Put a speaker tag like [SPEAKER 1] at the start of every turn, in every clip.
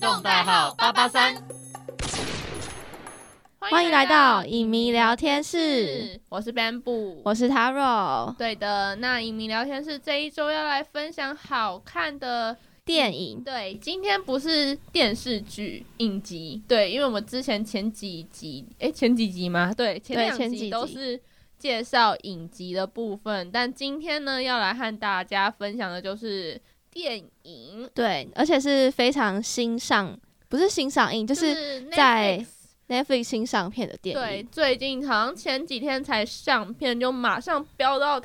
[SPEAKER 1] 动代号八八三。
[SPEAKER 2] 欢迎来到影迷聊天室，
[SPEAKER 1] 是，我是 Bamboo，
[SPEAKER 2] 我是 Taro。
[SPEAKER 1] 对的。那影迷聊天室这一周要来分享好看的，
[SPEAKER 2] 电影
[SPEAKER 1] 对，今天不是电视剧影集，对，因为我们之前前几集，诶，前几集吗？对，前
[SPEAKER 2] 对
[SPEAKER 1] 两
[SPEAKER 2] 前几
[SPEAKER 1] 集
[SPEAKER 2] 集
[SPEAKER 1] 都是介绍影集的部分，但今天呢，要来和大家分享的就是电影，
[SPEAKER 2] 对，而且是非常新上，不是新上映，就
[SPEAKER 1] 就是是
[SPEAKER 2] 在
[SPEAKER 1] Netflix
[SPEAKER 2] Netflix 新上片的电
[SPEAKER 1] 对
[SPEAKER 2] 影。，
[SPEAKER 1] 最近好像前几天才上片，就马上飙到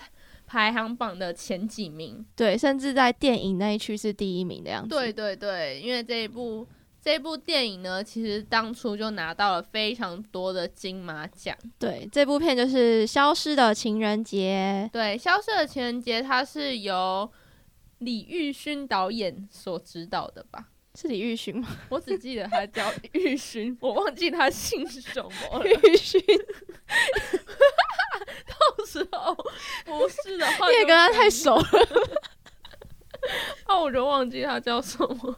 [SPEAKER 1] 排行榜的前几名。
[SPEAKER 2] 对，甚至在电影那一区是第一名的样子。
[SPEAKER 1] 对，对对，因为这一部这部电影呢，其实当初就拿到了非常多的金马奖。
[SPEAKER 2] 对，这部片就是《消失的情人节
[SPEAKER 1] 对，《消失的情人节》它是由李玉勋导演所指导的吧？》，
[SPEAKER 2] 是李玉勋吗？
[SPEAKER 1] 我只记得他叫玉勋，我忘记他姓什么了。
[SPEAKER 2] 玉勋，
[SPEAKER 1] 到时候不是的 话，
[SPEAKER 2] 因为跟他太熟了。
[SPEAKER 1] 哦，我就忘记他叫什么。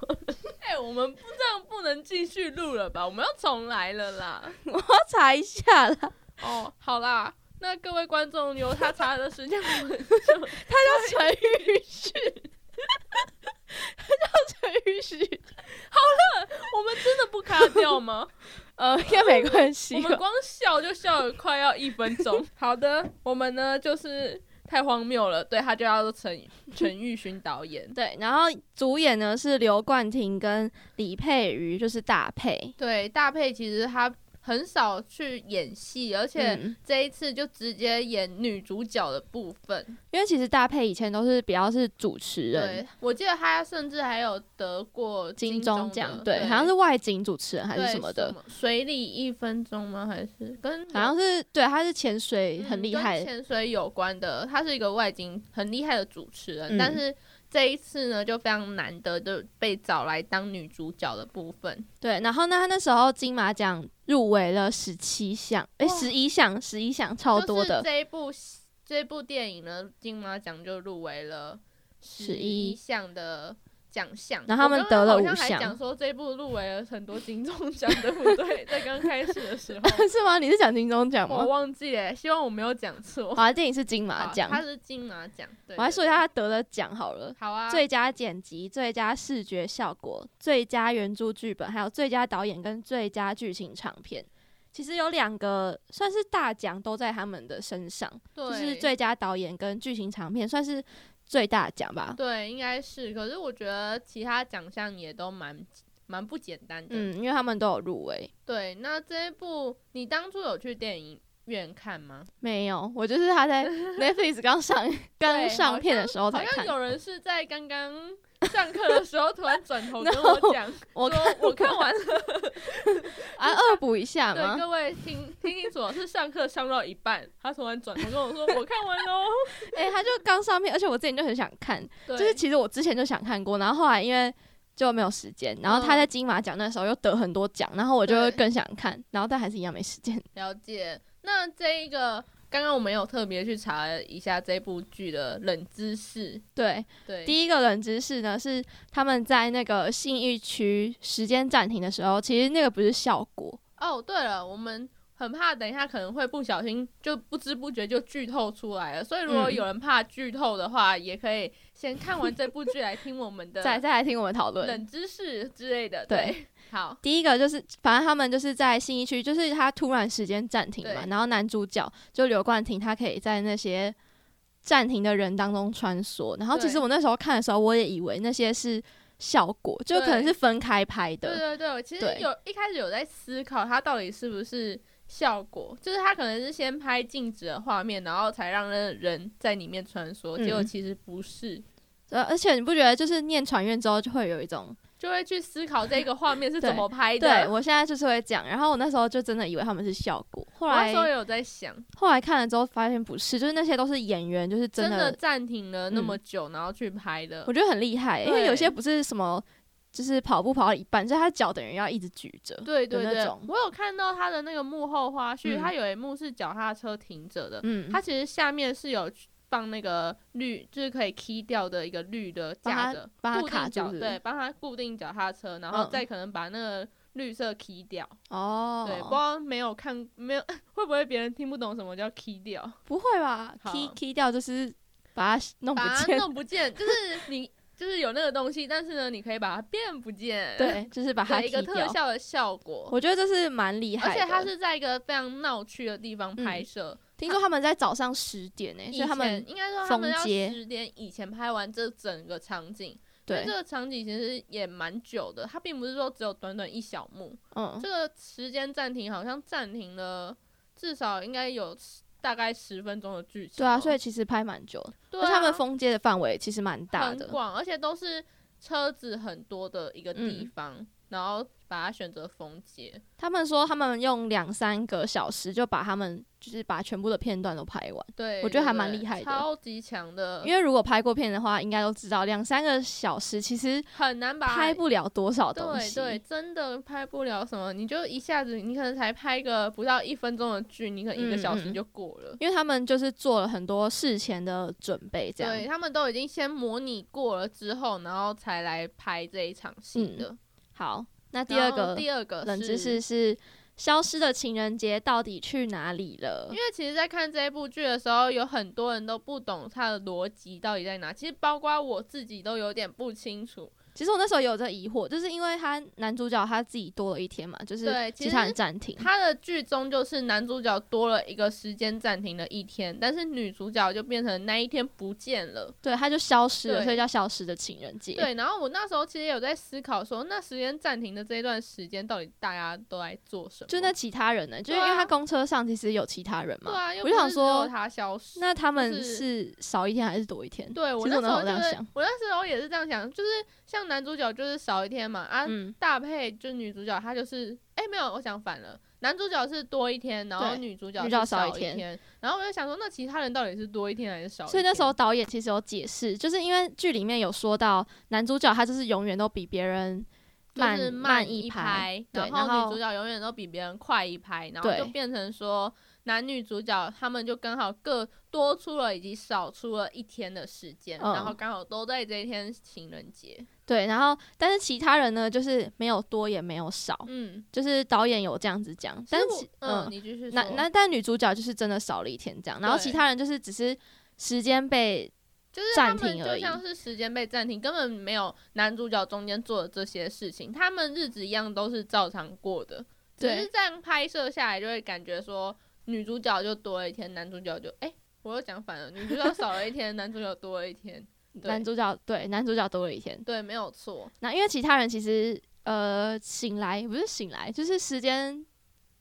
[SPEAKER 1] 哎、我们不这样不能继续录了吧？我们要重来了啦。
[SPEAKER 2] 我查一下啦，
[SPEAKER 1] 哦，好啦，那各位观众有他查的时间，我们就
[SPEAKER 2] 他叫陈玉旭，他叫陈玉旭，
[SPEAKER 1] 我们真的不卡掉 吗？
[SPEAKER 2] 呃，应该没关系
[SPEAKER 1] 我
[SPEAKER 2] 吧。
[SPEAKER 1] 们光笑就笑了快要一分钟。好的，我们呢就是太荒谬了，对他就要做陈陈玉勋导演。
[SPEAKER 2] 对，然后主演呢是刘冠廷跟李佩瑜，就是大佩。
[SPEAKER 1] 对，大佩其实他很少去演戏，而且
[SPEAKER 2] 嗯，
[SPEAKER 1] 这一次就直接演女主角的部分。
[SPEAKER 2] 因为其实大佩以前都是比较是主持人，
[SPEAKER 1] 对，我记得他甚至还有得过
[SPEAKER 2] 金
[SPEAKER 1] 钟
[SPEAKER 2] 钟
[SPEAKER 1] 的
[SPEAKER 2] 奖，对，好像是外景主持人还是
[SPEAKER 1] 对
[SPEAKER 2] 什么的，
[SPEAKER 1] 水里一分钟吗？还是跟
[SPEAKER 2] 好像是对，他是潜水
[SPEAKER 1] 嗯
[SPEAKER 2] 很厉
[SPEAKER 1] 跟
[SPEAKER 2] 害，
[SPEAKER 1] 潜水有关的，他是一个外景很厉害的主持人，
[SPEAKER 2] 嗯
[SPEAKER 1] 但是这一次呢就非常难得的被找来当女主角的部分。
[SPEAKER 2] 对，然后呢，他那时候金马奖入围了十七项，诶，
[SPEAKER 1] 哇
[SPEAKER 2] 十一项，十一项超多
[SPEAKER 1] 就是
[SPEAKER 2] 的，
[SPEAKER 1] 这一部戏这部电影呢，金马奖就入围了
[SPEAKER 2] 11
[SPEAKER 1] 项的奖项，
[SPEAKER 2] 然后他们
[SPEAKER 1] 我刚刚
[SPEAKER 2] 得了
[SPEAKER 1] 好像
[SPEAKER 2] 五
[SPEAKER 1] 还
[SPEAKER 2] 项
[SPEAKER 1] 讲说这部入围了很多金钟奖，对不对？在刚开始的时 候，
[SPEAKER 2] 是吗？你是讲金钟奖
[SPEAKER 1] 我
[SPEAKER 2] 吗？
[SPEAKER 1] 忘记了，希望我没有讲错。
[SPEAKER 2] 好，电影是金马
[SPEAKER 1] 好
[SPEAKER 2] 奖，
[SPEAKER 1] 它是金马奖。对
[SPEAKER 2] 啊我还说一。
[SPEAKER 1] 对
[SPEAKER 2] 下他得的奖好了
[SPEAKER 1] 对。好啊，
[SPEAKER 2] 最佳剪辑、最佳视觉效果、最佳原著剧本，还有最佳导演跟最佳剧情长片。其实有两个算是大奖都在他们的身上，
[SPEAKER 1] 对
[SPEAKER 2] 就是最佳导演跟剧情长片算是最大奖吧。
[SPEAKER 1] 对，应该是。可是我觉得其他奖项也都蛮蛮不简单的。
[SPEAKER 2] 嗯，因为他们都有入围。
[SPEAKER 1] 对，那这一部你当初有去电影院看吗？
[SPEAKER 2] 没有，我就是 他在 Netflix 刚上刚
[SPEAKER 1] 对
[SPEAKER 2] 上片的时候
[SPEAKER 1] 好
[SPEAKER 2] 才
[SPEAKER 1] 像
[SPEAKER 2] 看。
[SPEAKER 1] 有人是在刚刚上课的时候突然转 头跟我讲说，
[SPEAKER 2] 我看
[SPEAKER 1] 我看完了。
[SPEAKER 2] 啊，恶补一下
[SPEAKER 1] 对，
[SPEAKER 2] 吗？
[SPEAKER 1] 各位听听清楚哦，是上课上到一半，他突然转头跟我 说，我看完喽。
[SPEAKER 2] 诶，他就刚上片，而且我之前就很想看，
[SPEAKER 1] 对，
[SPEAKER 2] 就是其实我之前就想看过，然后后来因为就没有时间，然后他在金马奖那时候又得很多奖，然后我就会
[SPEAKER 1] 嗯对
[SPEAKER 2] 更想看，然后但还是一样没时间。
[SPEAKER 1] 了解。那这一个，刚刚我们有特别去查一下这部剧的冷知识，
[SPEAKER 2] 对，
[SPEAKER 1] 对，
[SPEAKER 2] 第一个冷知识呢是他们在那个信义区时间暂停的时候，其实那个不是效果，
[SPEAKER 1] 哦，对了，我们很怕等一下可能会不小心就不知不觉就剧透出来了，所以如果
[SPEAKER 2] 嗯
[SPEAKER 1] 有人怕剧透的话，也可以先看完这部剧来听我们的
[SPEAKER 2] 再再来听我们讨论。
[SPEAKER 1] 冷知识之类的。
[SPEAKER 2] 对
[SPEAKER 1] 对，好，
[SPEAKER 2] 第一个就是，反正他们就是在信义区，就是他突然时间暂停嘛，
[SPEAKER 1] 对
[SPEAKER 2] 然后男主角就刘冠廷，他可以在那些暂停的人当中穿梭。然后其实
[SPEAKER 1] 对
[SPEAKER 2] 我那时候看的时候，我也以为那些是效果，就可能
[SPEAKER 1] 对
[SPEAKER 2] 是分开拍
[SPEAKER 1] 对
[SPEAKER 2] 的。
[SPEAKER 1] 对对，我其实
[SPEAKER 2] 对
[SPEAKER 1] 有一开始有在思考它到底是不是效果，就是它可能是先拍静止的画面，然后才让那人在里面穿梭，结果
[SPEAKER 2] 嗯
[SPEAKER 1] 其实不是。
[SPEAKER 2] 呃，而且你不觉得就是念传院之后就会有一种，
[SPEAKER 1] 就会去思考这个画面 是怎
[SPEAKER 2] 对
[SPEAKER 1] 么拍的。
[SPEAKER 2] 对我现在就是会讲。然后我那时候就真的以为他们是效果，后
[SPEAKER 1] 我那
[SPEAKER 2] 来
[SPEAKER 1] 时候也有在想，
[SPEAKER 2] 后来看了之后发现不是，就是那些都是演员，就是
[SPEAKER 1] 真
[SPEAKER 2] 真的，嗯
[SPEAKER 1] 暂停了那么久，然后去拍的
[SPEAKER 2] 我。觉得很厉害、因为有
[SPEAKER 1] 对
[SPEAKER 2] 些不是什么。就是跑步跑到一半，就是他脚等于要一直举着，
[SPEAKER 1] 对对
[SPEAKER 2] 有那
[SPEAKER 1] 对
[SPEAKER 2] 种，
[SPEAKER 1] 我有看到他的那个幕后花絮，
[SPEAKER 2] 嗯
[SPEAKER 1] 他有一幕是脚踏车停着的，
[SPEAKER 2] 嗯，
[SPEAKER 1] 他其实下面是有放那个绿，就是可以 key 掉的一个绿的
[SPEAKER 2] 把
[SPEAKER 1] 架
[SPEAKER 2] 它
[SPEAKER 1] 子，
[SPEAKER 2] 把它
[SPEAKER 1] 固
[SPEAKER 2] 卡
[SPEAKER 1] 定
[SPEAKER 2] 住
[SPEAKER 1] 脚
[SPEAKER 2] 是不是
[SPEAKER 1] 对，帮它固定脚踏车，然后
[SPEAKER 2] 嗯
[SPEAKER 1] 再可能把那个绿色 key 掉。
[SPEAKER 2] 哦，
[SPEAKER 1] 对，不知道没有看没有 会不会别人听不懂什么叫 key 掉，
[SPEAKER 2] 不会吧
[SPEAKER 1] 好
[SPEAKER 2] ？key key 掉就是把它弄不
[SPEAKER 1] 把它
[SPEAKER 2] 见，
[SPEAKER 1] 啊弄不见，就是你就是有那个东西，但是呢，你可以把它变不见，，
[SPEAKER 2] 对，就是把它
[SPEAKER 1] 一个
[SPEAKER 2] key
[SPEAKER 1] 特
[SPEAKER 2] 掉。
[SPEAKER 1] 效的效果。
[SPEAKER 2] 我觉得这是蛮厉害
[SPEAKER 1] 而
[SPEAKER 2] 的，
[SPEAKER 1] 且它是在一个非常闹区的地方
[SPEAKER 2] 嗯
[SPEAKER 1] 拍摄，
[SPEAKER 2] 听说他们在早上十点诶、
[SPEAKER 1] 以
[SPEAKER 2] 所以他们
[SPEAKER 1] 前应该说他们
[SPEAKER 2] 封
[SPEAKER 1] 要
[SPEAKER 2] 街
[SPEAKER 1] 十点以前拍完这整个场景，因为
[SPEAKER 2] 对
[SPEAKER 1] 这，个场景其实也蛮久的，它并不是说只有短短一小幕，
[SPEAKER 2] 嗯，
[SPEAKER 1] 这个时间暂停好像暂停了至少应该有十大概十分钟的剧情哦、
[SPEAKER 2] 对啊，所以其实拍蛮久的，
[SPEAKER 1] 对
[SPEAKER 2] 而
[SPEAKER 1] 啊、
[SPEAKER 2] 且他们封街的范围其实蛮大
[SPEAKER 1] 很
[SPEAKER 2] 的，
[SPEAKER 1] 广，而且都是车子很多的一个地
[SPEAKER 2] 嗯
[SPEAKER 1] 方，然后把它选择封街。
[SPEAKER 2] 他们说他们用两三个小时就把他们就是把全部的片段都拍完，
[SPEAKER 1] 对，
[SPEAKER 2] 我觉得还
[SPEAKER 1] 对
[SPEAKER 2] 蛮
[SPEAKER 1] 对
[SPEAKER 2] 厉害的
[SPEAKER 1] 超级强的，
[SPEAKER 2] 因为如果拍过片的话，应该都知道两三个小时其实
[SPEAKER 1] 很难把它
[SPEAKER 2] 拍不了多少东
[SPEAKER 1] 对
[SPEAKER 2] 西。
[SPEAKER 1] 对，真的拍不了什么，你就一下子，你可能才拍个不到一分钟的剧，你可能一个
[SPEAKER 2] 嗯
[SPEAKER 1] 小时
[SPEAKER 2] 嗯
[SPEAKER 1] 就过了。
[SPEAKER 2] 因为他们就是做了很多事前的准备，这
[SPEAKER 1] 对
[SPEAKER 2] 样。
[SPEAKER 1] 他们都已经先模拟过了之后，然后才来拍这一场戏
[SPEAKER 2] 嗯
[SPEAKER 1] 的。
[SPEAKER 2] 好，那第
[SPEAKER 1] 然
[SPEAKER 2] 二
[SPEAKER 1] 后
[SPEAKER 2] 个
[SPEAKER 1] 第二个
[SPEAKER 2] 冷知
[SPEAKER 1] 是
[SPEAKER 2] 识是《消失的情人节》到底去哪里了
[SPEAKER 1] 因？为其实，在看这一部剧的时候，有很多人都不懂它的逻辑到底在哪。其实，包括我自己都有点不清楚。
[SPEAKER 2] 其实我那时候有这个疑惑，就是因为他男主角他自己多了一天嘛，就是
[SPEAKER 1] 对其
[SPEAKER 2] 其他人
[SPEAKER 1] 实
[SPEAKER 2] 暂停。
[SPEAKER 1] 它的剧中就是男主角多了一个时间暂停的一天，但是女主角就变成那一天不见了。
[SPEAKER 2] 对，他就消失了，
[SPEAKER 1] 对
[SPEAKER 2] 所以叫消失的情人节。
[SPEAKER 1] 对，然后我那时候其实有在思考说，那时间暂停的这一段时间到底大家都在做什么？
[SPEAKER 2] 就那其他人呢、就是因
[SPEAKER 1] 对
[SPEAKER 2] 为
[SPEAKER 1] 啊
[SPEAKER 2] 他公车上其实有其他人
[SPEAKER 1] 对
[SPEAKER 2] 嘛，
[SPEAKER 1] 啊，又
[SPEAKER 2] 我就
[SPEAKER 1] 不
[SPEAKER 2] 想
[SPEAKER 1] 是只有
[SPEAKER 2] 说
[SPEAKER 1] 他消失。
[SPEAKER 2] 那他们
[SPEAKER 1] 是
[SPEAKER 2] 是少一天还是多一天？
[SPEAKER 1] 对我
[SPEAKER 2] 其
[SPEAKER 1] 那
[SPEAKER 2] 实我
[SPEAKER 1] 时
[SPEAKER 2] 那时
[SPEAKER 1] 候
[SPEAKER 2] 候
[SPEAKER 1] 就
[SPEAKER 2] 这样
[SPEAKER 1] 是
[SPEAKER 2] 想，
[SPEAKER 1] 我那时候也是这样想，就是像男主角就是少一天嘛，啊，
[SPEAKER 2] 嗯，
[SPEAKER 1] 搭配就是女主角她就是，哎、没有，我想反了，男主角是多一天，然后
[SPEAKER 2] 对
[SPEAKER 1] 女主角
[SPEAKER 2] 女
[SPEAKER 1] 是
[SPEAKER 2] 主角
[SPEAKER 1] 少
[SPEAKER 2] 少一天
[SPEAKER 1] 天，然后我就想说，那其他人到底是多一天还是少一天？
[SPEAKER 2] 所以那时候导演其实有解释，就是因为剧里面有说到男主角他就是永远都比别人慢
[SPEAKER 1] 就是一
[SPEAKER 2] 一
[SPEAKER 1] 拍，
[SPEAKER 2] 对
[SPEAKER 1] 然后
[SPEAKER 2] 然后
[SPEAKER 1] 女主角永远都比别人快一拍，然后就
[SPEAKER 2] 对
[SPEAKER 1] 变成说男女主角他们就刚好各多出了以及少出了一天的时间，
[SPEAKER 2] 嗯
[SPEAKER 1] 然后刚好都在这一天情人节，
[SPEAKER 2] 对，然后但是其他人呢，就是没有多也没有少，
[SPEAKER 1] 嗯，
[SPEAKER 2] 就是导演有这样子讲，哦但
[SPEAKER 1] 其
[SPEAKER 2] 是
[SPEAKER 1] 实
[SPEAKER 2] 其
[SPEAKER 1] 我嗯，
[SPEAKER 2] 嗯，
[SPEAKER 1] 你继续
[SPEAKER 2] 那
[SPEAKER 1] 说
[SPEAKER 2] 那但女主角就是真的少了一天这样，然后
[SPEAKER 1] 对
[SPEAKER 2] 其他人就是只是时间被
[SPEAKER 1] 就是他
[SPEAKER 2] 暂
[SPEAKER 1] 们
[SPEAKER 2] 停
[SPEAKER 1] 就
[SPEAKER 2] 而已
[SPEAKER 1] 像是时间被暂停，根本没有男主角中间做的这些事情，他们日子一样都是照常过的，只
[SPEAKER 2] 对
[SPEAKER 1] 是这样拍摄下来就会感觉说女主角就多了一天，男主角就哎、我又讲反了，女主角少了一天， 男主角多了一天，对
[SPEAKER 2] 男主角对男主角多了一天，
[SPEAKER 1] 对，没有错，
[SPEAKER 2] 那因为其他人其实呃醒来不是醒来，就是时间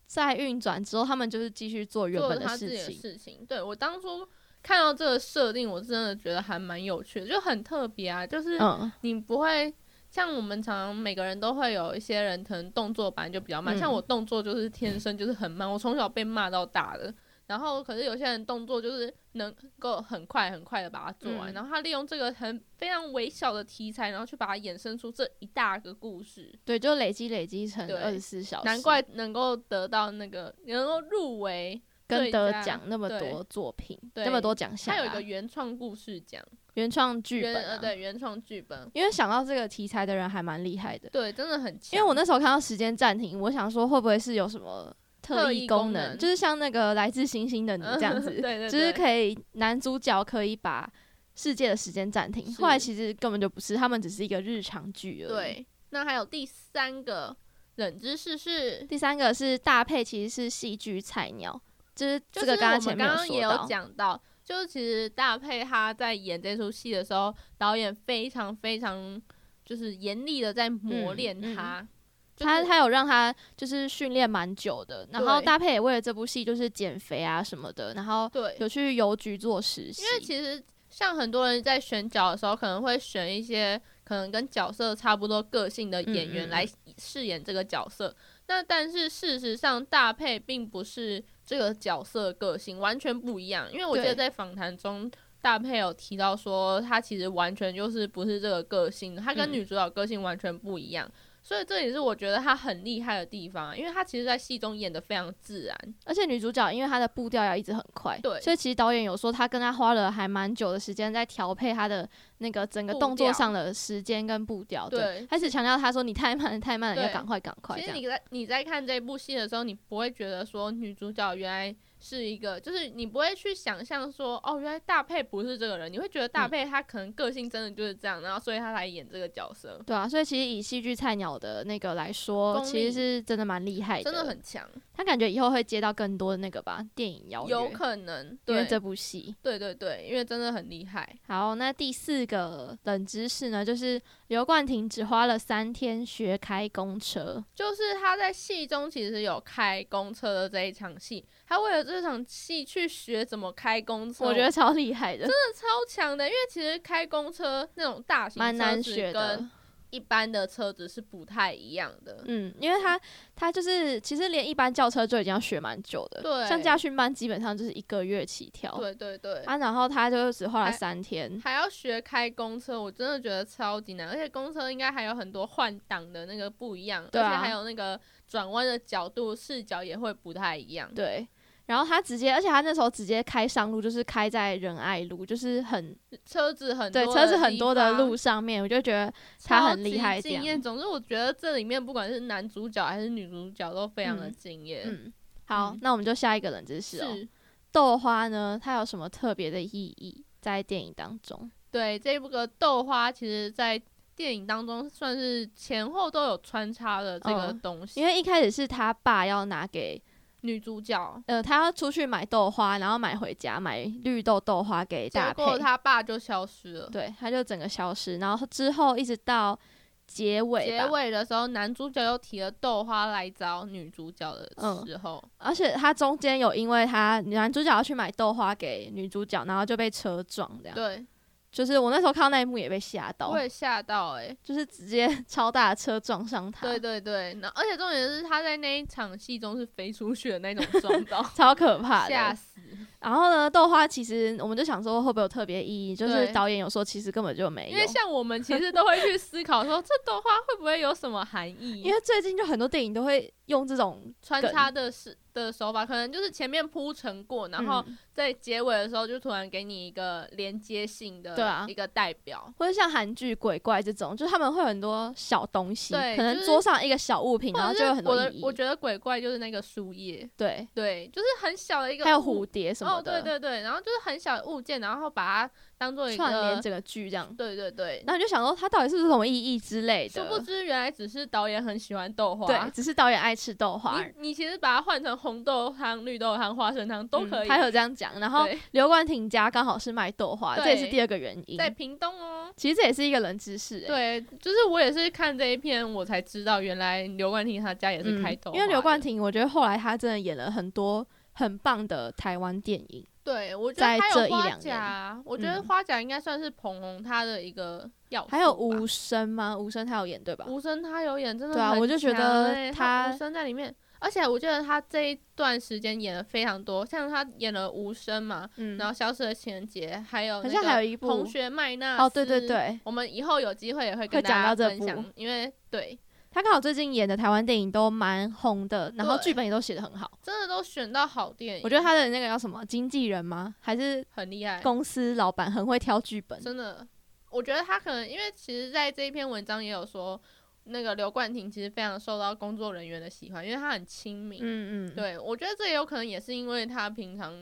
[SPEAKER 2] 在运转之后，他们就是继续做原
[SPEAKER 1] 做
[SPEAKER 2] 本
[SPEAKER 1] 了他自己
[SPEAKER 2] 事
[SPEAKER 1] 的
[SPEAKER 2] 情。
[SPEAKER 1] 事情。对我当初看到这个设定，我真的觉得还蛮有趣的，就很特别啊，就是
[SPEAKER 2] 嗯，
[SPEAKER 1] 你不会像我们常每个人都会有一些人可能动作本来就比较慢，
[SPEAKER 2] 嗯
[SPEAKER 1] 像我动作就是天生就是很慢，我从小被骂到大的。然后可是有些人动作就是能够很快很快的把它做完，
[SPEAKER 2] 嗯
[SPEAKER 1] 然后他利用这个很非常微小的题材，然后去把它衍生出这一大个故事，
[SPEAKER 2] 对，就累积累积成
[SPEAKER 1] 对
[SPEAKER 2] 二十四小时，
[SPEAKER 1] 难怪能够得到那个能够入围。
[SPEAKER 2] 跟
[SPEAKER 1] 最
[SPEAKER 2] 得
[SPEAKER 1] 佳
[SPEAKER 2] 奖那么
[SPEAKER 1] 对
[SPEAKER 2] 多作品，
[SPEAKER 1] 对
[SPEAKER 2] 那么多奖项
[SPEAKER 1] 它
[SPEAKER 2] 啊、
[SPEAKER 1] 有一个原创故事奖，
[SPEAKER 2] 原创剧
[SPEAKER 1] 原
[SPEAKER 2] 本、
[SPEAKER 1] 呃
[SPEAKER 2] 啊，，
[SPEAKER 1] 对原创剧本，
[SPEAKER 2] 因为想到这个题材的人还蛮厉害的。
[SPEAKER 1] 对真的很强。
[SPEAKER 2] 因为我那时候看到时间暂停，我想说会不会是有什么
[SPEAKER 1] 特
[SPEAKER 2] 特
[SPEAKER 1] 异
[SPEAKER 2] 异
[SPEAKER 1] 功
[SPEAKER 2] 功能，
[SPEAKER 1] 能嗯
[SPEAKER 2] 就是像那个来自星星的你这样子，
[SPEAKER 1] 对对对，
[SPEAKER 2] 就是可以男主角可以把世界的时间暂停。
[SPEAKER 1] 是
[SPEAKER 2] 后来其实根本就不是，他们只是一个日常剧而已。。
[SPEAKER 1] 对，那还有第三个冷知识是，
[SPEAKER 2] 第三个是搭配，其实是戏剧菜鸟，就是
[SPEAKER 1] 就
[SPEAKER 2] 这
[SPEAKER 1] 是
[SPEAKER 2] 个
[SPEAKER 1] 我
[SPEAKER 2] 刚刚
[SPEAKER 1] 们
[SPEAKER 2] 前
[SPEAKER 1] 刚
[SPEAKER 2] 面
[SPEAKER 1] 刚也
[SPEAKER 2] 说
[SPEAKER 1] 有
[SPEAKER 2] 到，
[SPEAKER 1] 讲到，就是其实大佩他在演这出戏的时候，导演非常非常就是严厉的在磨
[SPEAKER 2] 嗯
[SPEAKER 1] 练
[SPEAKER 2] 嗯
[SPEAKER 1] 他，就是
[SPEAKER 2] 他他有让他就是训练蛮久的，然后
[SPEAKER 1] 对
[SPEAKER 2] 搭配也为了这部戏就是减肥啊什么的，然后
[SPEAKER 1] 对，
[SPEAKER 2] 有去邮局做实习
[SPEAKER 1] 因。为其实像很多人在选角的时候，可能会选一些可能跟角色差不多个性的演员
[SPEAKER 2] 嗯嗯嗯
[SPEAKER 1] 来饰演这个角色。那但是事实上，大配并不是这个角色的个性完全不一样。因为我记得
[SPEAKER 2] 对
[SPEAKER 1] 在访谈中，大配有提到说，他其实完全就是不是这个个性的，他跟
[SPEAKER 2] 嗯
[SPEAKER 1] 女主角个性完全不一样。所以这也是我觉得他很厉害的地方、啊，因为他其实在戏中演的非常自然。
[SPEAKER 2] 而且女主角因为她的步调要一直很快，
[SPEAKER 1] 对
[SPEAKER 2] 所以其实导演有说他跟她花了还蛮久的时间在调配她的那个整个
[SPEAKER 1] 步
[SPEAKER 2] 动作
[SPEAKER 1] 调
[SPEAKER 2] 上的时间跟步调，
[SPEAKER 1] 对
[SPEAKER 2] 开始强调她说你太慢了，太慢了，
[SPEAKER 1] 对
[SPEAKER 2] 要赶快，赶快
[SPEAKER 1] 其
[SPEAKER 2] 这
[SPEAKER 1] 实
[SPEAKER 2] 样。
[SPEAKER 1] 你在你在看这部戏的时候，你不会觉得说女主角原来是一个，就是你不会去想象说哦，原来大佩不是这个人，你会觉得大
[SPEAKER 2] 嗯
[SPEAKER 1] 佩她可能个性真的就是这样，然后所以她来演这个角色，
[SPEAKER 2] 对啊，所以其实以戏剧菜鸟的那个来说，
[SPEAKER 1] 功力
[SPEAKER 2] 其实是真的蛮厉害
[SPEAKER 1] 真的很强，
[SPEAKER 2] 他感觉以后会接到更多的那个吧电影邀约，
[SPEAKER 1] 有可能
[SPEAKER 2] 因为
[SPEAKER 1] 对
[SPEAKER 2] 这部戏。
[SPEAKER 1] 对对对，因为真的很厉害，
[SPEAKER 2] 好，那第四个冷知识呢，就是刘冠廷只花了三天学开公车。
[SPEAKER 1] 就是他在戏中其实有开公车的这一场戏，他为了这场戏去学怎么开公车，
[SPEAKER 2] 我觉得超厉害的，
[SPEAKER 1] 真的超强的，因为其实开公车那种大型
[SPEAKER 2] 蛮
[SPEAKER 1] 车
[SPEAKER 2] 难
[SPEAKER 1] 子
[SPEAKER 2] 学的
[SPEAKER 1] 跟。一般的车子是不太一样的。
[SPEAKER 2] 嗯，因为他他就是其实连一般轿车就已经要学蛮久的，
[SPEAKER 1] 对
[SPEAKER 2] 像驾训班基本上就是一个月起跳，
[SPEAKER 1] 对嗯对对，
[SPEAKER 2] 啊，然后他就只花了
[SPEAKER 1] 还
[SPEAKER 2] 三天，
[SPEAKER 1] 还要学开公车，我真的觉得超级难，而且公车应该还有很多换挡的那个不一样，
[SPEAKER 2] 对啊
[SPEAKER 1] 而且还有那个转弯的角度、视角也会不太一样。
[SPEAKER 2] 对，然后他直接，而且他那时候直接开上路，就是开在仁爱路，就是很
[SPEAKER 1] 车子很
[SPEAKER 2] 对
[SPEAKER 1] 多
[SPEAKER 2] 车
[SPEAKER 1] 的
[SPEAKER 2] 子很
[SPEAKER 1] 地
[SPEAKER 2] 多的
[SPEAKER 1] 方
[SPEAKER 2] 路上面，我就觉得他很厉害
[SPEAKER 1] 超级
[SPEAKER 2] 这
[SPEAKER 1] 惊
[SPEAKER 2] 样
[SPEAKER 1] 艳。总之，我觉得这里面不管是男主角还是女主角都非常的
[SPEAKER 2] 嗯
[SPEAKER 1] 惊艳。
[SPEAKER 2] 嗯，好，
[SPEAKER 1] 嗯
[SPEAKER 2] 那我们就下一个冷知识哦。
[SPEAKER 1] 是，
[SPEAKER 2] 豆花呢，它有什么特别的意义在电影当中？
[SPEAKER 1] 对这部个豆花，其实在电影当中算是前后都有穿插的这个
[SPEAKER 2] 嗯
[SPEAKER 1] 东西，
[SPEAKER 2] 因为一开始是他爸要拿给
[SPEAKER 1] 女主角。
[SPEAKER 2] 呃，他要出去买豆花，然后买回家买绿豆豆花给
[SPEAKER 1] 结
[SPEAKER 2] 大佩，
[SPEAKER 1] 果他爸就消失了。
[SPEAKER 2] 对，他就整个消失，然后之后一直到结尾吧，
[SPEAKER 1] 结尾的时候，男主角又提了豆花来找女主角的
[SPEAKER 2] 嗯
[SPEAKER 1] 时候，
[SPEAKER 2] 而且他中间有因为他男主角要去买豆花给女主角，然后就被车撞，这样。
[SPEAKER 1] 对，
[SPEAKER 2] 就是我那时候看到那一幕也被吓到
[SPEAKER 1] 我，也吓到哎、
[SPEAKER 2] 就是直接 超大的车撞上他，，
[SPEAKER 1] 对对对，那而且重点是他在那一场戏中是飞出去的那种撞到
[SPEAKER 2] 超可怕
[SPEAKER 1] 吓
[SPEAKER 2] 的。
[SPEAKER 1] 死。
[SPEAKER 2] 然后呢，豆花其实我们就想说会不会有特别意义，就是
[SPEAKER 1] 对
[SPEAKER 2] 导演有说其实根本就没
[SPEAKER 1] 因
[SPEAKER 2] 有
[SPEAKER 1] 为。像我们其实都会去思考 说，这豆花会不会有什么含义？
[SPEAKER 2] 因为最近就很多电影都会用这种
[SPEAKER 1] 穿插的是的手法，可能就是前面铺陈过，然后
[SPEAKER 2] 嗯
[SPEAKER 1] 在结尾的时候就突然给你一个连接性
[SPEAKER 2] 对啊
[SPEAKER 1] 的一个代表。
[SPEAKER 2] 或者像韩剧鬼怪这种，就是他们会有很多小东西，
[SPEAKER 1] 对
[SPEAKER 2] 可能
[SPEAKER 1] 就是
[SPEAKER 2] 桌上一个小物品，然后
[SPEAKER 1] 或
[SPEAKER 2] 就
[SPEAKER 1] 者
[SPEAKER 2] 有
[SPEAKER 1] 是
[SPEAKER 2] 很
[SPEAKER 1] 我
[SPEAKER 2] 多
[SPEAKER 1] 的
[SPEAKER 2] 意义。
[SPEAKER 1] 我觉得鬼怪就是那个树叶，
[SPEAKER 2] 对，
[SPEAKER 1] 对，就是很小的一个
[SPEAKER 2] 还有
[SPEAKER 1] 物
[SPEAKER 2] 蝴蝶什么
[SPEAKER 1] 哦，
[SPEAKER 2] 的，
[SPEAKER 1] 对对对，然后就是很小的物件，然后把它当做一个
[SPEAKER 2] 串联整个剧这样。
[SPEAKER 1] 对对对，
[SPEAKER 2] 然后你就想说它到底是不是什么意义之类
[SPEAKER 1] 殊
[SPEAKER 2] 的。
[SPEAKER 1] 不知原来只是导演很喜欢豆花。
[SPEAKER 2] 对，只是导演爱吃豆花。
[SPEAKER 1] 你你其实把它换成红豆汤、绿豆汤、花生汤都可
[SPEAKER 2] 嗯
[SPEAKER 1] 以。
[SPEAKER 2] 他有这样讲。然后
[SPEAKER 1] 对
[SPEAKER 2] 刘冠廷家刚好是卖豆花，
[SPEAKER 1] 对
[SPEAKER 2] 这也是第二个原因。
[SPEAKER 1] 在屏东哦。
[SPEAKER 2] 其实这也是一个冷知识、欸。
[SPEAKER 1] 对，就是我也是看这一片，我才知道原来刘冠廷他家也
[SPEAKER 2] 嗯，
[SPEAKER 1] 是开豆花的、
[SPEAKER 2] 因为刘冠廷，我觉得后来他真的演了很多很棒的台湾电影。
[SPEAKER 1] 对我觉
[SPEAKER 2] 在
[SPEAKER 1] 得还
[SPEAKER 2] 这
[SPEAKER 1] 有
[SPEAKER 2] 一
[SPEAKER 1] 花
[SPEAKER 2] 两年
[SPEAKER 1] 甲，我觉得
[SPEAKER 2] 嗯
[SPEAKER 1] 花甲应该算是捧红他的一个要素吧。
[SPEAKER 2] 还有无声吗？无声他有演对吧？
[SPEAKER 1] 无声他有演真的
[SPEAKER 2] 对啊
[SPEAKER 1] 很
[SPEAKER 2] 我就觉
[SPEAKER 1] 强
[SPEAKER 2] 得
[SPEAKER 1] 欸
[SPEAKER 2] 他
[SPEAKER 1] 他无声在里面，而且我觉得他这一段时间演了非常多，像他演了无声嘛，
[SPEAKER 2] 嗯
[SPEAKER 1] 然，后消失的情人节，还有
[SPEAKER 2] 好
[SPEAKER 1] 那
[SPEAKER 2] 像
[SPEAKER 1] 个
[SPEAKER 2] 还有一部
[SPEAKER 1] 同学麦娜
[SPEAKER 2] 哦，对对
[SPEAKER 1] 丝，
[SPEAKER 2] 对，
[SPEAKER 1] 我们以后有机会也会
[SPEAKER 2] 会
[SPEAKER 1] 跟
[SPEAKER 2] 讲
[SPEAKER 1] 大家
[SPEAKER 2] 到这
[SPEAKER 1] 分
[SPEAKER 2] 部
[SPEAKER 1] 享，因为对
[SPEAKER 2] 他刚好最近演的台湾电影都蛮红的，然后
[SPEAKER 1] 对
[SPEAKER 2] 剧本也都写得很好。
[SPEAKER 1] 真的都选到好电影，
[SPEAKER 2] 我觉得他的那个叫什么经纪人吗？还是
[SPEAKER 1] 很厉害，
[SPEAKER 2] 公司老板很会挑剧本？
[SPEAKER 1] 哎真的，我觉得他可能因为其实在这一篇文章也有说，那个刘冠廷其实非常受到工作人员的喜欢，因为他很亲民，
[SPEAKER 2] 嗯嗯，
[SPEAKER 1] 对，我觉得这也有可能也是因为他平常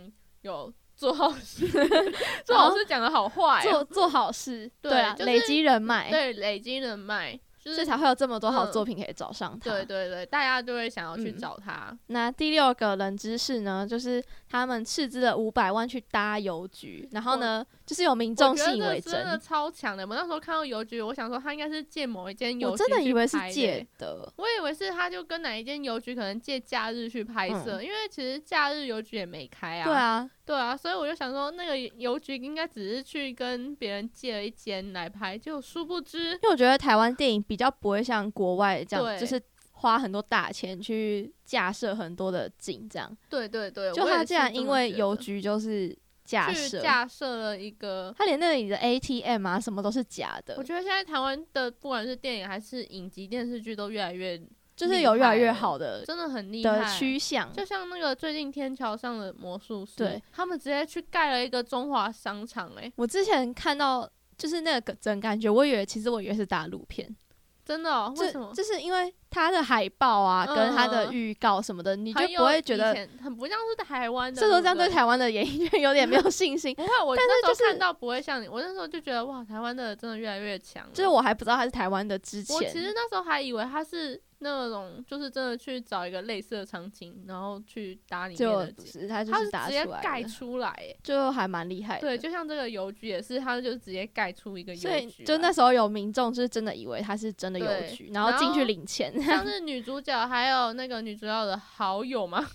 [SPEAKER 1] 有做好 事，做好事讲的好坏、
[SPEAKER 2] 嗯做
[SPEAKER 1] 哦，
[SPEAKER 2] 做好事，
[SPEAKER 1] 对
[SPEAKER 2] 对啊，
[SPEAKER 1] 就是
[SPEAKER 2] 累积人脉，
[SPEAKER 1] 对，累积人脉，就是
[SPEAKER 2] 所以才会有这么多好
[SPEAKER 1] 嗯
[SPEAKER 2] 作品可以找上他。
[SPEAKER 1] 对对对，大家就会想要去
[SPEAKER 2] 嗯
[SPEAKER 1] 找他。
[SPEAKER 2] 那第六个冷知识呢，就是他们斥资了五百万去搭邮局，然后呢，就是有民
[SPEAKER 1] 我
[SPEAKER 2] 众
[SPEAKER 1] 觉得
[SPEAKER 2] 信以
[SPEAKER 1] 这
[SPEAKER 2] 为
[SPEAKER 1] 真的
[SPEAKER 2] 真，
[SPEAKER 1] 超强的。我那时候看到邮局，我想说他应该是借某一间邮
[SPEAKER 2] 我
[SPEAKER 1] 局，
[SPEAKER 2] 真的以为是借。的，
[SPEAKER 1] 欸我以为是他就跟哪一间邮局可能借假日去拍摄，因为其实假日邮局也没开啊。
[SPEAKER 2] 嗯对，啊，
[SPEAKER 1] 对啊，所以我就想说那个邮局应该只是去跟别人借了一间来拍，就殊不知
[SPEAKER 2] 因为我觉得台湾电影比较不会像国外这样，
[SPEAKER 1] 对
[SPEAKER 2] 就是花很多大钱去架设很多的景，这样，
[SPEAKER 1] 对对对，
[SPEAKER 2] 就
[SPEAKER 1] 我也
[SPEAKER 2] 他
[SPEAKER 1] 是
[SPEAKER 2] 竟然
[SPEAKER 1] 这
[SPEAKER 2] 因
[SPEAKER 1] 么
[SPEAKER 2] 为
[SPEAKER 1] 觉
[SPEAKER 2] 邮
[SPEAKER 1] 得
[SPEAKER 2] 局就是假
[SPEAKER 1] 去
[SPEAKER 2] 设，
[SPEAKER 1] 架设了一个。
[SPEAKER 2] 他连那里的 ATM 啊什么都是假
[SPEAKER 1] 我
[SPEAKER 2] 的，
[SPEAKER 1] 觉得现在台湾的不管是电影还是影集、电视剧，都越来越
[SPEAKER 2] 就是
[SPEAKER 1] 厉
[SPEAKER 2] 有越来越
[SPEAKER 1] 害欸
[SPEAKER 2] 好的
[SPEAKER 1] 真的很厉害欸
[SPEAKER 2] 的。趋向。
[SPEAKER 1] 就像那个最近天桥上的魔术师，
[SPEAKER 2] 对，
[SPEAKER 1] 他们直接去盖了一个中华商场、欸，
[SPEAKER 2] 我之前看到就是那个整感觉，我以为其实我以为是大陆片，
[SPEAKER 1] 真的、哦，为
[SPEAKER 2] 就
[SPEAKER 1] 什么？
[SPEAKER 2] 就是因为它的海报啊，
[SPEAKER 1] 嗯
[SPEAKER 2] 跟它的预告什么的，你就
[SPEAKER 1] 很有
[SPEAKER 2] 不会觉
[SPEAKER 1] 以
[SPEAKER 2] 得。
[SPEAKER 1] 前很不像是台湾的，
[SPEAKER 2] 这时候
[SPEAKER 1] 对不
[SPEAKER 2] 这样对
[SPEAKER 1] 对
[SPEAKER 2] 台湾的演艺圈有点没有信 心，
[SPEAKER 1] 不会，我
[SPEAKER 2] 但是
[SPEAKER 1] 那时候
[SPEAKER 2] 就是
[SPEAKER 1] 看到不会像你，我那时候就觉得哇，台湾的真的越来越强了。
[SPEAKER 2] 就是我还不知道它是台湾的之前
[SPEAKER 1] 我，其实那时候还以为他是那种，就是真的去找一个类似的场景，然后去搭里面
[SPEAKER 2] 就
[SPEAKER 1] 的
[SPEAKER 2] 不
[SPEAKER 1] 景，
[SPEAKER 2] 是它就
[SPEAKER 1] 他
[SPEAKER 2] 是
[SPEAKER 1] 是
[SPEAKER 2] 打
[SPEAKER 1] 直
[SPEAKER 2] 出
[SPEAKER 1] 接
[SPEAKER 2] 来
[SPEAKER 1] 盖
[SPEAKER 2] 的，
[SPEAKER 1] 出来，哎，
[SPEAKER 2] 就还蛮厉害的。
[SPEAKER 1] 对，就像这个邮局也是，他就直接盖出一个邮局
[SPEAKER 2] 所
[SPEAKER 1] 来，
[SPEAKER 2] 以就那时候有民众就是真的以为它是真的
[SPEAKER 1] 对
[SPEAKER 2] 邮局，然后进
[SPEAKER 1] 然后
[SPEAKER 2] 去领钱。
[SPEAKER 1] 像是女主角还有那个女主角的好友嘛，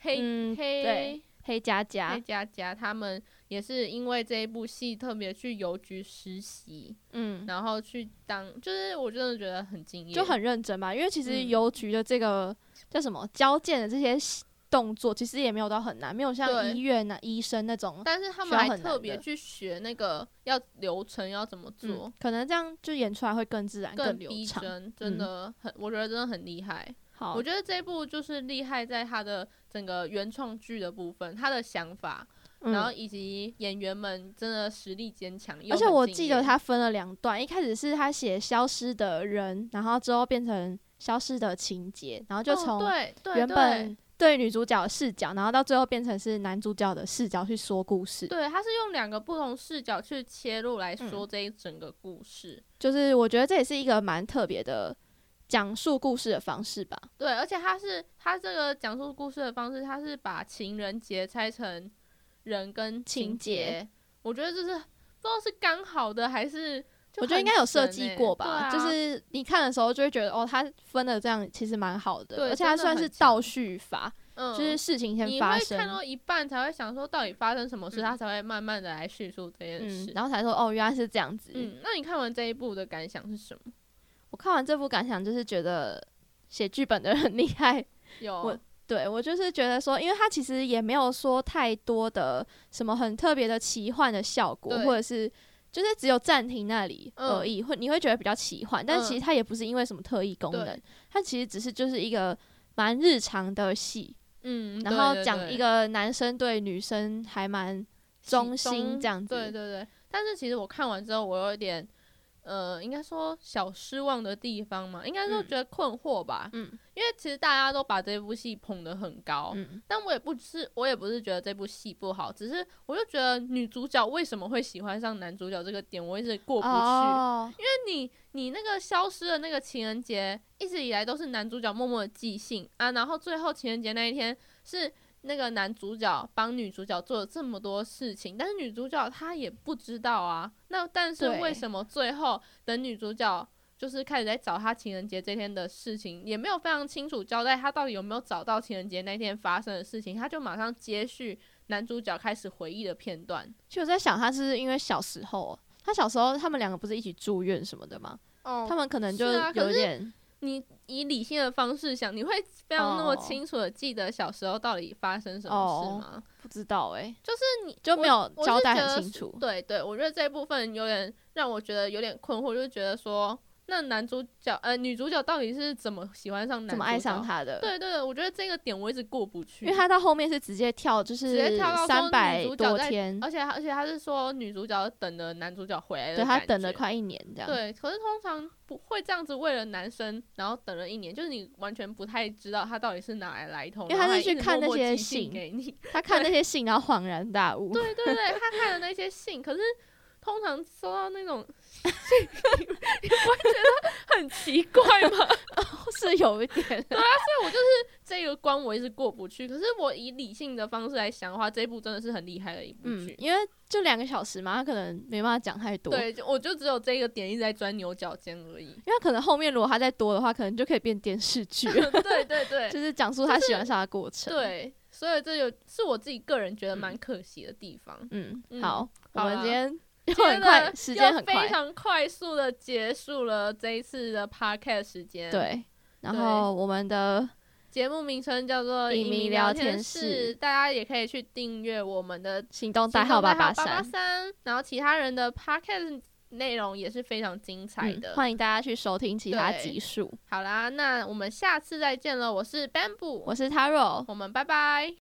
[SPEAKER 1] 黑、
[SPEAKER 2] 嗯，
[SPEAKER 1] 黑
[SPEAKER 2] 对啊黑佳
[SPEAKER 1] 黑
[SPEAKER 2] 佳，
[SPEAKER 1] 佳佳，他们也是因为这一部戏特别去邮局实习，
[SPEAKER 2] 嗯，
[SPEAKER 1] 然后去当，就是我真的觉得很敬业，
[SPEAKER 2] 就很认真吧，因为其实
[SPEAKER 1] 嗯
[SPEAKER 2] 邮局的这个、叫什么交件的这些动作，其实也没有到很难，没有像
[SPEAKER 1] 对
[SPEAKER 2] 医院啊、医生那种，
[SPEAKER 1] 但是他们
[SPEAKER 2] 需要
[SPEAKER 1] 还
[SPEAKER 2] 很
[SPEAKER 1] 特
[SPEAKER 2] 难
[SPEAKER 1] 别
[SPEAKER 2] 的
[SPEAKER 1] 去学那个要流程要怎么做
[SPEAKER 2] 嗯，，可能这样就演出来会更自然、
[SPEAKER 1] 啊更
[SPEAKER 2] 流
[SPEAKER 1] 逼
[SPEAKER 2] 畅。
[SPEAKER 1] 真，真
[SPEAKER 2] 嗯
[SPEAKER 1] 的很，我觉得真的很厉害。
[SPEAKER 2] 好，
[SPEAKER 1] 我觉得这一部就是厉害在它的整个原创剧的部分，他的想法，
[SPEAKER 2] 嗯
[SPEAKER 1] 然后以及演员们真的实力坚强，又
[SPEAKER 2] 而且
[SPEAKER 1] 很
[SPEAKER 2] 我
[SPEAKER 1] 敬
[SPEAKER 2] 记得
[SPEAKER 1] 业
[SPEAKER 2] 他分了两段，一开始是他写消失的人，然后之后变成消失的情节，然后就
[SPEAKER 1] 哦
[SPEAKER 2] 从
[SPEAKER 1] 对对
[SPEAKER 2] 原
[SPEAKER 1] 对
[SPEAKER 2] 本对女主角的视角，然后到最后变成是男主角的视角去说故事。
[SPEAKER 1] 对，他是用两个不同视角去切入来
[SPEAKER 2] 嗯
[SPEAKER 1] 说这一整个故事。
[SPEAKER 2] 就是我觉得这也是一个蛮特别的讲述故事的方式吧。
[SPEAKER 1] 对，而且他是他这个讲述故事的方式，他是把情人节拆成人跟
[SPEAKER 2] 情
[SPEAKER 1] 情
[SPEAKER 2] 节
[SPEAKER 1] 节，我觉得这是不知道是刚好的还是就
[SPEAKER 2] 我觉得
[SPEAKER 1] 很
[SPEAKER 2] 应该有设
[SPEAKER 1] 神
[SPEAKER 2] 计
[SPEAKER 1] 欸
[SPEAKER 2] 过吧，
[SPEAKER 1] 对
[SPEAKER 2] 就
[SPEAKER 1] 啊
[SPEAKER 2] 是你看的时候就会觉得哦，他分的这样其实蛮好的，
[SPEAKER 1] 对
[SPEAKER 2] 而且它
[SPEAKER 1] 真的
[SPEAKER 2] 算
[SPEAKER 1] 很
[SPEAKER 2] 是
[SPEAKER 1] 强
[SPEAKER 2] 倒叙法，
[SPEAKER 1] 嗯
[SPEAKER 2] 就是事情先
[SPEAKER 1] 你
[SPEAKER 2] 发
[SPEAKER 1] 会看
[SPEAKER 2] 生，
[SPEAKER 1] 到一半才会想说到底发生什么事，
[SPEAKER 2] 嗯
[SPEAKER 1] 他才会慢慢的来叙述这件
[SPEAKER 2] 嗯
[SPEAKER 1] 事，。
[SPEAKER 2] 然后才说哦，原来是这样子。
[SPEAKER 1] 嗯，那你看完这一部的感想是什么？
[SPEAKER 2] 我看完这部感想就是觉得写剧本的人很 厉害，
[SPEAKER 1] 有
[SPEAKER 2] 对我就是觉得说，因为它其实也没有说太多的什么很特别的奇幻的效果，
[SPEAKER 1] 对
[SPEAKER 2] 或者是就是只有暂停那里而已，会你会觉得比较奇幻，但
[SPEAKER 1] 嗯
[SPEAKER 2] 其实它也不是因为什么特异功能
[SPEAKER 1] 对，
[SPEAKER 2] 它其实只是就是一个蛮日常的戏，
[SPEAKER 1] 嗯，
[SPEAKER 2] 然
[SPEAKER 1] 对
[SPEAKER 2] 后
[SPEAKER 1] 对
[SPEAKER 2] 讲
[SPEAKER 1] 对
[SPEAKER 2] 一个男生对女生还蛮中
[SPEAKER 1] 其
[SPEAKER 2] 心这样子，
[SPEAKER 1] 对对对，但是其实我看完之后，我有一点，呃，应该说小失望的地方嘛，应该说
[SPEAKER 2] 嗯
[SPEAKER 1] 觉得困惑吧。
[SPEAKER 2] 嗯，
[SPEAKER 1] 因为其实大家都把这部戏捧得很高，
[SPEAKER 2] 嗯，
[SPEAKER 1] 但我也不是，我也不是觉得这部戏不好，只是我就觉得女主角为什么会喜欢上男主角这个点，我一直过不去。
[SPEAKER 2] 哦，
[SPEAKER 1] 那你你那个消失的那个情人节，一直以来都是男主角默默的寄信啊，然后最后情人节那一天是那个男主角帮女主角做了这么多事情，但是女主角她也不知道啊。那但是
[SPEAKER 2] 对
[SPEAKER 1] 为什么最后等女主角就是开始在找她情人节这天的事情，也没有非常清楚交代她到底有没有找到情人节那天发生的事情，她就马上接续男主角开始回忆的片段。
[SPEAKER 2] 就我在想，他是因为小时候，他小时候他们两个不是一起住院什么的吗？
[SPEAKER 1] 哦
[SPEAKER 2] 他们可能就是
[SPEAKER 1] 啊可
[SPEAKER 2] 有
[SPEAKER 1] 是
[SPEAKER 2] 点，
[SPEAKER 1] 你以理性的方式想，你会非常那么
[SPEAKER 2] 哦
[SPEAKER 1] 清楚的记得小时候到底发生什么事吗？
[SPEAKER 2] 不知道哎、
[SPEAKER 1] 就是你
[SPEAKER 2] 就
[SPEAKER 1] 我
[SPEAKER 2] 没有
[SPEAKER 1] 我是
[SPEAKER 2] 交代
[SPEAKER 1] 觉得
[SPEAKER 2] 很清
[SPEAKER 1] 是
[SPEAKER 2] 楚
[SPEAKER 1] 对对，我觉得这一部分有点让我觉得有点困惑，就是觉得说，那男主角呃女主角到底是怎么喜欢上男
[SPEAKER 2] 怎么
[SPEAKER 1] 主
[SPEAKER 2] 爱上
[SPEAKER 1] 角？
[SPEAKER 2] 他的。，
[SPEAKER 1] 对对对，我觉得这个点我一直过不去，
[SPEAKER 2] 因为他到后面是直接跳，就
[SPEAKER 1] 直接
[SPEAKER 2] 是
[SPEAKER 1] 跳到说
[SPEAKER 2] 三百
[SPEAKER 1] 女主角
[SPEAKER 2] 多
[SPEAKER 1] 在
[SPEAKER 2] 天，
[SPEAKER 1] 而且而且他是说女主角等了男主角回来的
[SPEAKER 2] 对他
[SPEAKER 1] 感
[SPEAKER 2] 等了
[SPEAKER 1] 觉
[SPEAKER 2] 快一年这样。
[SPEAKER 1] 对，可是通常不会这样子，为了男生，然后等了一年，就是你完全不太知道他到底是哪来来头，
[SPEAKER 2] 因为
[SPEAKER 1] 然后
[SPEAKER 2] 他
[SPEAKER 1] 还
[SPEAKER 2] 是去
[SPEAKER 1] 一直
[SPEAKER 2] 看
[SPEAKER 1] 默
[SPEAKER 2] 那
[SPEAKER 1] 默
[SPEAKER 2] 些
[SPEAKER 1] 寄信
[SPEAKER 2] 信
[SPEAKER 1] 给你。
[SPEAKER 2] 他看那些信，然后恍然大悟。
[SPEAKER 1] 对对对，他看了那些信，可是通常收到那 种信，你你不会觉得很奇怪吗？
[SPEAKER 2] 是有一点。
[SPEAKER 1] 这个关我一直过不去。可是我以理性的方式来想的话，这一部真的是很厉害的一部
[SPEAKER 2] 嗯
[SPEAKER 1] 剧，。
[SPEAKER 2] 因为就两个小时嘛，他可能没办法讲太多。。
[SPEAKER 1] 对，就我就只有这个点一直在钻牛角尖而已
[SPEAKER 2] 因为可能后面如果他再多的话，可能就可以变电视剧了，
[SPEAKER 1] 对对对
[SPEAKER 2] 就是讲述他喜欢上的过程。，
[SPEAKER 1] 对，所以这有是我自己个人觉得蛮可惜的地方。
[SPEAKER 2] 嗯，
[SPEAKER 1] 嗯
[SPEAKER 2] 好，我
[SPEAKER 1] 好
[SPEAKER 2] 们
[SPEAKER 1] 啦
[SPEAKER 2] 今天 又
[SPEAKER 1] 今天
[SPEAKER 2] 很快，
[SPEAKER 1] 的
[SPEAKER 2] 时
[SPEAKER 1] 又
[SPEAKER 2] 间很
[SPEAKER 1] 非
[SPEAKER 2] 快，
[SPEAKER 1] 常快速的结束了这一次的 podcast 时间。，
[SPEAKER 2] 对。然
[SPEAKER 1] 对
[SPEAKER 2] 后我们的
[SPEAKER 1] 节目名称叫做“
[SPEAKER 2] 影迷
[SPEAKER 1] 迷
[SPEAKER 2] 聊
[SPEAKER 1] 天
[SPEAKER 2] 天室
[SPEAKER 1] 大家也可以去订阅我们的
[SPEAKER 2] 行动代号八
[SPEAKER 1] 八
[SPEAKER 2] 八三，
[SPEAKER 1] 三，然后其他人的 podcast 内容也是非常精彩
[SPEAKER 2] 嗯
[SPEAKER 1] 的。
[SPEAKER 2] 欢迎大家去收听其他
[SPEAKER 1] 对
[SPEAKER 2] 集数。
[SPEAKER 1] 好啦，那我们下次再见了，我是 Bamboo，
[SPEAKER 2] 我是 Taro，
[SPEAKER 1] 我们拜拜。